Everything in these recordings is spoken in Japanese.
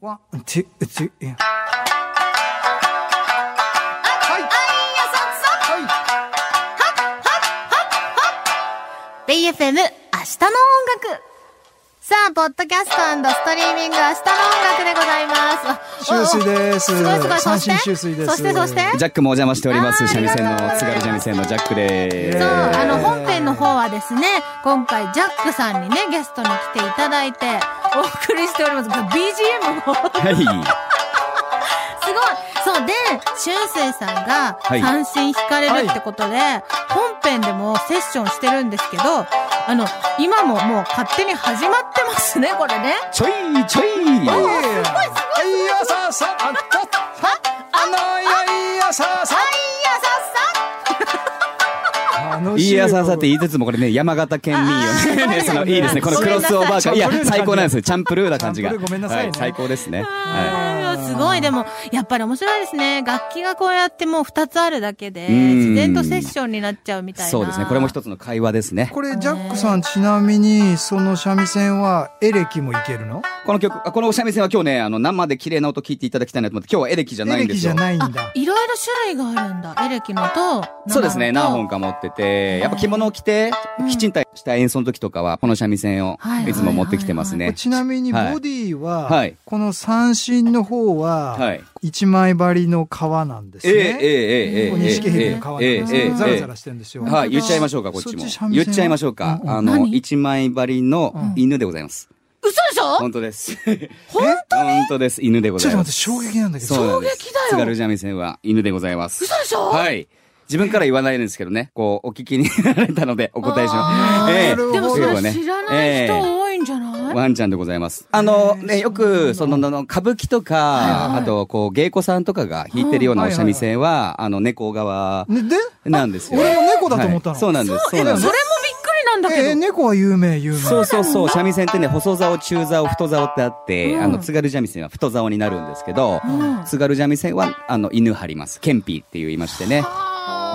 ワン、ツー、ツー、はい、は BFM 明日の音楽さあ、ポッドキャストストリーミング明日の音楽でございます。い、終始です。すごいすごい。そ三して振終水です。そしてそしてジャックもお邪魔しております。あー三味線あのりがとうございま津軽す三味線のジャックでそう、す。あの、本編の方はですね、今回、ジャックさんにね、ゲストに来ていただいて、お送りしております。BGM も、はすごいそうで、しゅんせいさんが、はい三振弾かれるってことで、本編でもセッションしてるんですけど、あの、今ももう勝手に始まってますね、これね。い。ちょいちょいいい。やささ、あたあのいやいやささ。いや、さ楽しいいやささって言いつつもこれね、山形県民よね。ねそのいいですね。このクロスオーバー感。いや、最高なんですよ。チャンプルーな感じが。チャンプルーごめんなさいねは最高ですね。はっさすごい、でも、やっぱり面白いですね。楽器がこうやってもう二つあるだけで、うん自然とセッションになっちゃうみい。たいな。そうですね。これも一つの会話ですね。これジャックさんちなみにその三味線はエレキもいけるの？この曲、あこのお三味線は今日ね、あの、生で綺麗な音聞いていただきたいなと思って、今日はエレキじゃエないレんでキすじゃよ。ないんだ。いろいろ種類があるんだ。エレキのと、そうですね。生のと何本か持ってて、やっぱ着物を着て、きちんとした演奏の時とかは、この三味線をいつも持ってきてますこれね。ちなみにボはいディは、はいこの三振の方は。はい一枚張りの皮なんですえええね。えええここ錦え兵えの皮なんええですけええどザラザラしてるんですよ。はい、言っちゃいましょうか、こっちもそっち三。味線言っちゃいましょうか。うんあの、何一枚張りの犬でございます。嘘でしょ本 当です。本当に本当です。犬でごちょざっとい待っまて、す。衝撃なんだけど。そうなんです衝撃だよ津軽三味線は犬でございます。嘘でしょはい。自分から言わないんですけどね、こう、お聞きになられたのでお答えしまあす。ーええなでるほもどそ今日れはね知らないええ人多いんじゃない、ワンちゃんでございます。あの、ね、よく、その、あの歌舞伎とか、あと、こう、芸妓さんとかが弾いてるようなお三味線は、あの、猫側ねでなんですよ。俺も猫だと思ったのはいそうなんです。そうえでなんもでそれもすびっく。りなんだけど。えー、猫は有名、有名。そうそうそう、三味線ってね、細竿、中竿、太竿ってあって、あの、津軽三味線は太竿になるんですけど、津軽三味線は、あの、犬張ります。ケンピーって言いましてね。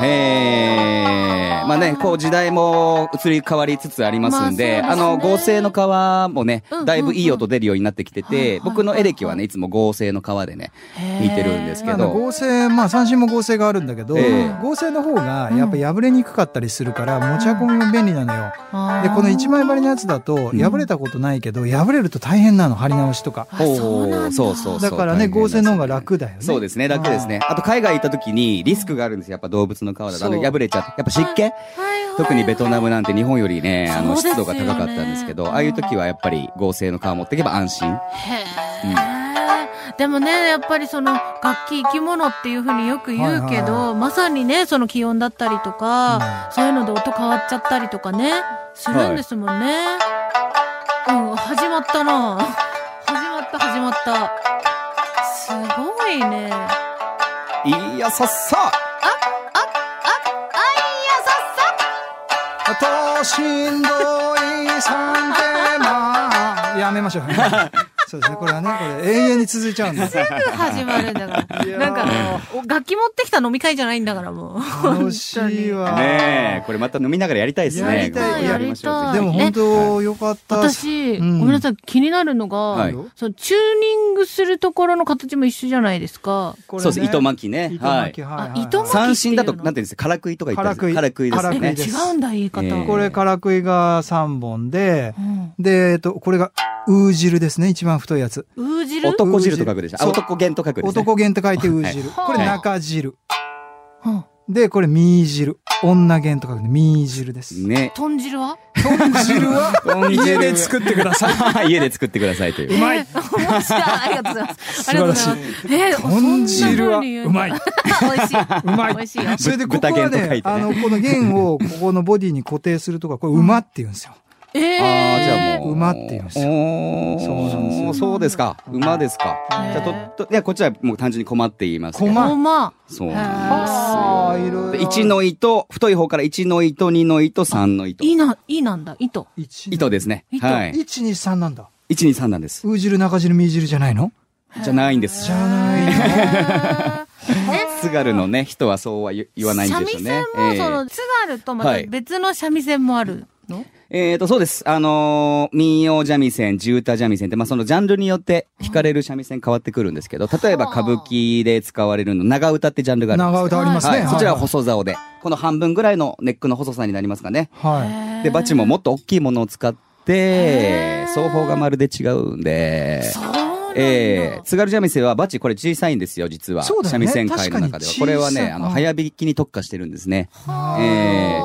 えー、まあね、こう時代も移り変わりつつありますんで、まああそうの、ですね合成の革もねうんうんう、んだいぶいい音出るようになってきてはいはいて、僕のエレキはね、いつも合成の革でね、へー弾いてるんですけあのど、合成、まあ三振も合成があるんだけど、ええ合成の方がやっぱ破れにくかったりするから持ち運びも便利なのよ。あーで、この一枚張りのやつだと破れたことないけど、破れると大変なの、張り直しとか。ほうそうなんだそうそうそだう。からね、合成の方が楽だよね。そうですね、楽ですね。あと海外行った時にリスクがあるんですよ。やっぱ動物の皮だと。あのそう破れちゃって。やっぱ湿気はいはい特にベトナムなんて日本よりね、あのそうで湿すよ度ねが高かったんですけど、ああいう時はやっぱり合成の皮持っていけば安心。へーでもね、やっぱりその楽器生き物っていうふうによく言うけど、はいまさにね、その気温だったりとか、そういうので音変わっちゃったりとかね、するんですもんね。うん、始まったな始まった、始まった。すごいね。いや、さっあさいや、さっさとしんどいさんてまやめましょう。 そうですね、これはね、これ永遠に続いちゃうん です。すぐ始まるんだから。なんかもう、お楽器持ってきた飲み会じゃないんだからもう。楽しいわ。ねえ、これまた飲みながらやりたいですね。やりたいやりましょうやりでたいも本当良かった。私、うんごめんなさい、気になるのが、はいそのチューニングするところの形も一緒じゃないですか。これそねうです、糸巻きね。糸は巻いき。はいあはい糸巻き三振だと、なんていうんですか、から食いとか言ったんですからから食食いいですから食ねい。です違うんだ、言い方。ええこれから食いが3本で、うんで、えっと、これが、うー汁ですね、一番太いやつ。ウージル男汁と書くでしょ。あ、そう男弦と書くですね。男弦って書いてうー汁。はいこれはい中汁。うんで、これみー汁。女弦と書くんで、みー汁です。ね。豚汁は豚汁は 家で作ってください。 い。家で作ってくださいという。まいええ面白い。ありがとうございます。ありがとうございます。ええ豚汁はそんな風に言。うまい。美味しい。 うまい美味しいよ。 それでここは豚弦と書ねい、てねあの、この弦をここのボディに固定するとか、これ馬って言うんですよ。ええああ、じゃあもう。馬って言うんですよおーそうなんですよそうですか。馬ですか。じねゃあ、と、と、いや、こっちはもう単純に困って言いますけど。駒おま。そうーいあなんですろよ。いろで一の糸、太い方から一の糸、二の糸、三の糸。いいな、いいなんだ、糸。一糸ですね。糸はい。 1、2、3なんだ。一二三なんです。うー汁、中汁、みー汁じゃないのじゃないんですじ。ゃないの。津 軽のね、人はそうは言言わないんですよね。三味線も、ええその、津軽とまた別の三味線もある。のえーと、そうです。あのー民謡三味線、重太三味線って、まあ、そのジャンルによって弾かれる三味線変わってくるんですけど、例えばはあ歌舞伎で使われるの、長唄ってジャンルがあるんで長すよ唄ありますね。はい。そちらは細竿で、この半分ぐらいのネックの細さになりますかね。はい。で、バチももっと大きいものを使っへてー、双方がまるで違うんで。そうなんだ。ええ津軽三味線はバチこれ小さいんですよ、実は。そうだよ三ね味線界の中では確かに小。さいこれはね、あうの、ん早弾きに特化してるんですね。はあえ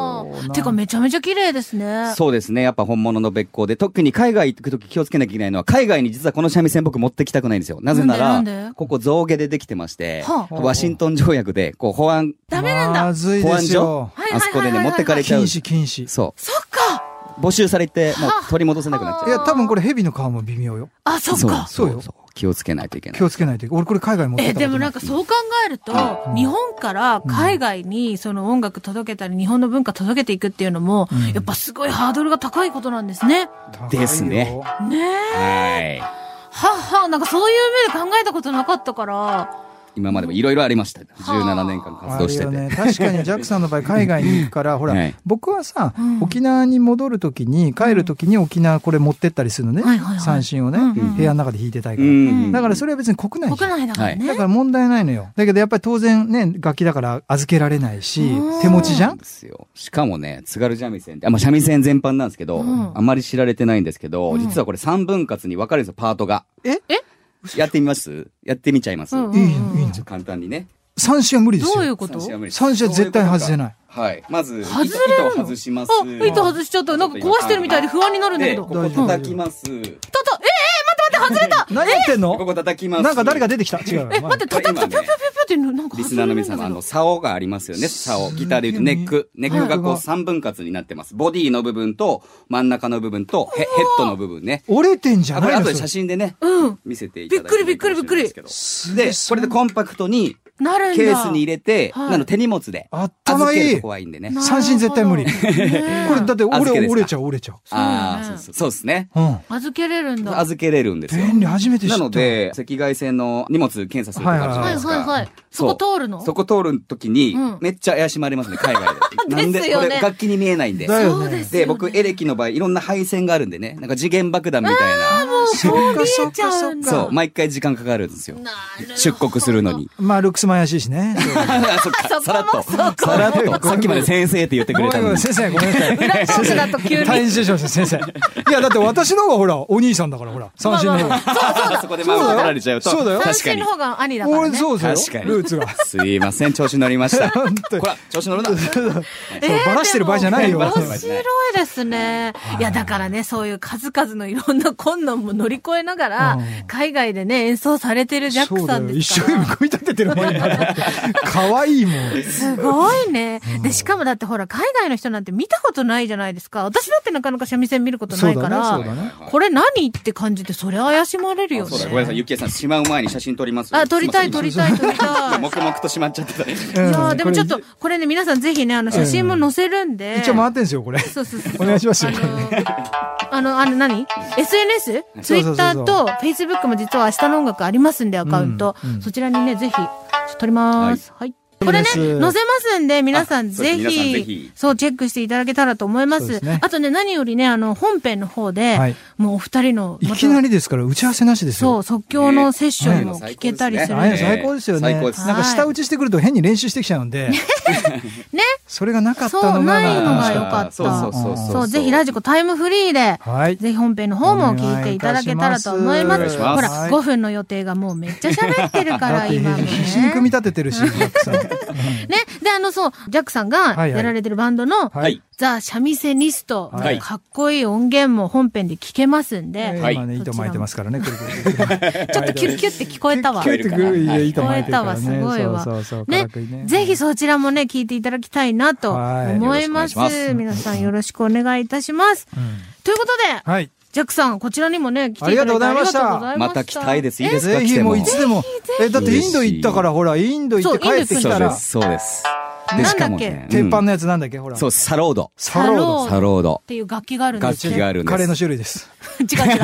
てかめちゃめちゃ綺麗ですね。そうですね。やっぱ本物の別行で、特に海外行くとき気をつけなきゃいけないのは、海外に実はこの三味線僕持ってきたくないんですよ。なぜなならんでなんで、ここ象牙でできてまして、はあワシントン条約で、こう、保安、ダメなんだ。まずい保で安す所よ。はいはいはいはいはいあそこでね、持ってかれちゃ禁う。止禁止。そそっか。う。募集されて、もう取り戻せなくなっちゃう。いや、多分これ蛇の皮も微妙よ。あ、そっそうか。そうよそうそう気をつけないといけない気。をつけないといけない。俺これ海外持ってえ、たでもなんかそう考えると、日本から海外にその音楽届けたり、日本の文化届けていくっていうのも、うんやっぱすごいハードルが高いことなんですね。ですね。ねえ。はい。はっは、なんかそういう目で考えたことなかったから、今までもいろいろありました。17年間活あ動れしてよて。ね、確かにジャックさんの場合海外に行くから、ほら、はい僕はさ、うん沖縄に戻るときに、帰るときに沖縄これ持ってったりするのね。はいはいはい三振をね、うんうん部屋の中で弾いてたいかうら。ん。だからそれは別に国内じゃん国内だからね。だから問題ないのよ。だけどやっぱり当然ね、楽器だから預けられないしうん、手持ちじゃなんんですよ。しかもね、津軽三味線って、あ、まあ、三味線全般なんですけど、うんあまり知られてないんですけど、うん実はこれ3分割に分かれるんですよ、パートが。えやってみますやってみちゃいます、うんうんいいのいいのちょっと簡単にね。三振は無理ですよ。どういうこと三線は無理です三線は絶対外せない。はい。まず、糸外れるの糸を外します。あ、糸外しちゃった。なんか壊してるみたいで不安になるんだけで、ど。こたた、大こ丈夫叩きます。ええ待って待って、外れた何やってんこのこ叩きます。なんか誰か出てきた。違う。え、待って、叩くとピュンピュンピュンピュンってなんかリ外スナれるんーのだ皆け様、あの、ど。竿がありますよね、竿。ギターで言うとネック。ネックがこう3分割になってます。ボディの部分と、真ん中の部分と、ヘヘッドの部分ね。折れてんじゃあ、これないの後で写真でね、うん。見せていただいてもいいびっくりびっくりびっくりかもしそれれないですけどで、これでコンパクトに、なるんだ。ケースに入れて、はいなの手荷物で、頭預けいるい。とこ怖いんでね。なるほど三振絶対無理ねえれだって預折けですれか折れちゃう折れちゃうだねああ、そうそう。そうですね。う。うん。預けれるんだ。預けれるんですよ。便利初めて知っなた。ので、赤外線の荷物検査するとかあるじゃなはいいですか。はいはい。そこ通るのそこ通るときにうん、めっちゃ怪しまれますね、海外 で。なんですで、よこねれ楽器に見えないんで。だよそうでねすよねで、僕、エレキの場合、いろんな配線があるんでね、なんか次元爆弾みたいな。そう見えちゃうんだ。そう、毎回時間かかるんですよ。なるほど出国するのに。まあ、ルックスも怪しいしね。あそっか、さらっと、さらっと、さっきまで先生って言ってくごめれんたごめん、のに。先生、ごめんなさい。裏トークだと 急に。大変失礼しました、先生。いや、だって私の方がほら、お兄さんだから、ほら、三振の方が。そこでまあ、怒られちゃうと。そうだよ三確か振にの。方が兄だから俺、ね。そうです確よか。に。ルーツが。すいません、調子乗りました。ほ本当にら、調子乗るな。え そうーバラしてる場合じゃないよでも 面白いですね。いや、だからね、そういう数々のいろんな困難も乗り越えながらうん、海外でね、演奏されてるジャッそクうさだんよ。で一す生懸。命から組み立ててるもん今。可愛いもん。すごいね。で、しかもだってほら、海外の人なんて見たことないじゃないですか。私だってなかなか三味線見ることないかそうだら、ねねこれ何って感じで、それ怪しまれるよねそうだ、ごめんなさい、ゆきえさん、しまう前に写真撮ります。あ、撮りたい、撮りたい、撮りた い。黙々としまっちゃってた。いうんやーでもちょっとこ、これね、皆さんぜひね、あの、写真も載せるんで。れ一応回ってんですよ、これ。そうそうそう。お願いしますよあの あの、あの何、そうそう ?SNS? そう Twitter と Facebook も実は明日の音楽ありますんで、アカウント。うんうんそちらにね、ぜひ、撮ります。はい。これね、撮載りせまますすんで、皆さんあそうでぜす皆さんぜひひ、そう、チェックしていただけたらと思いまそうすですね。あとね、何よりね、あの、本編の方ではい、もうお二人の、いきなり、りですから、打ち合わせなしですそう、よ。即興のセッションもね聞けたりするああんいうでの最高ですよ最ね。高なでんすか下打ちしてくると変に練習してきちゃうんで。ね。それがなかったのが。そうないのが良楽しかったそうそうそうそう。そう、ぜひラジコタイムフリーで、はい。ぜひ本編の方も聞いていただけたらと思います。お願いしますほら、はい5分の予定がもうめっちゃ喋ってるかだら、って今もね。必死に組み立ててるし、ジャックさん。うんね、で、あの、そう、ジャックさんがはいはいやられてるバンドの、はい。ザ・シャミセニスト、はいかっこいい音源も本編で聞けますんで、はい今ね、糸巻いてますからね、くるくるくる ちょっとキュッキュッって聞こえたわ。キュッてくる、いや糸巻いてるからね。聞こえたわすごいわそうそうそう。ね軽くね、ぜひそちらもね、聞いていただきたいなとはい思います。よろしくお願いします皆さんよろしくお願いいたします。うんということで、はい。ジャックさん、こちらにもね、来ていただいてあありりががととううごござざいました。また来たいです。いいですかぜ来ひてもも。ういつでも。え、だってインド行ったから、ほら、インド行って帰ってきたら、そうです。そうです。なで、んだっしけかもね、うん鉄板のやつなんだっけほら。そう、サロード。サロード。サロードっ。ていう楽器があるんで楽す器があね。るんです。カレーの種類 です。違う違う。違う 違う違う。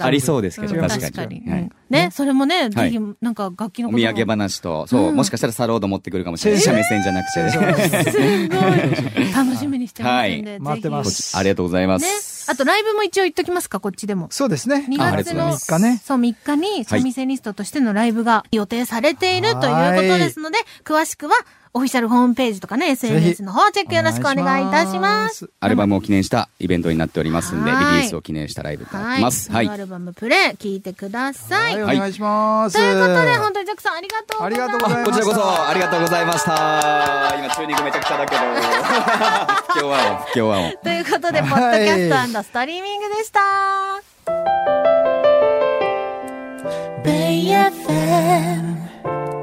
ありそうですけど、うん確かに。はいね、それもね、はぜいひ、なんか楽器のおこと土も産話と、そう、もしかしたらサロード持ってくるかもしれない。社名線じゃなくて。すごい。楽しみにしてますんで、はぜひ待ってまこっすちありがとうございまねす。。あと、ライブも一応言っときますか、こっちでも。そうですね。 2ありが月とうございの、ます3日ね。そう、3日に、三味線リストとしてのライブが予定されているということですので、詳しくは、オフィシャルホームページとかね、SNS の方、チェックよろしくお願いいたします。。アルバムを記念したイベントになっておりますんで、リリはいースを記念したライブとなっはてい。ます。はいニューア。ルバムプレイ、聞いてくださ。はいい、おはい願いします。ということで、本当にたくさんありがとうございまありがした。とうございましたあ、こちらこそありがとうございました。今チューニングめちゃくちゃだけど。不協和音、不協和音。ということで、ポッドキャストストリーミングでした。明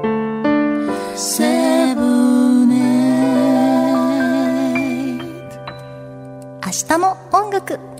日も音楽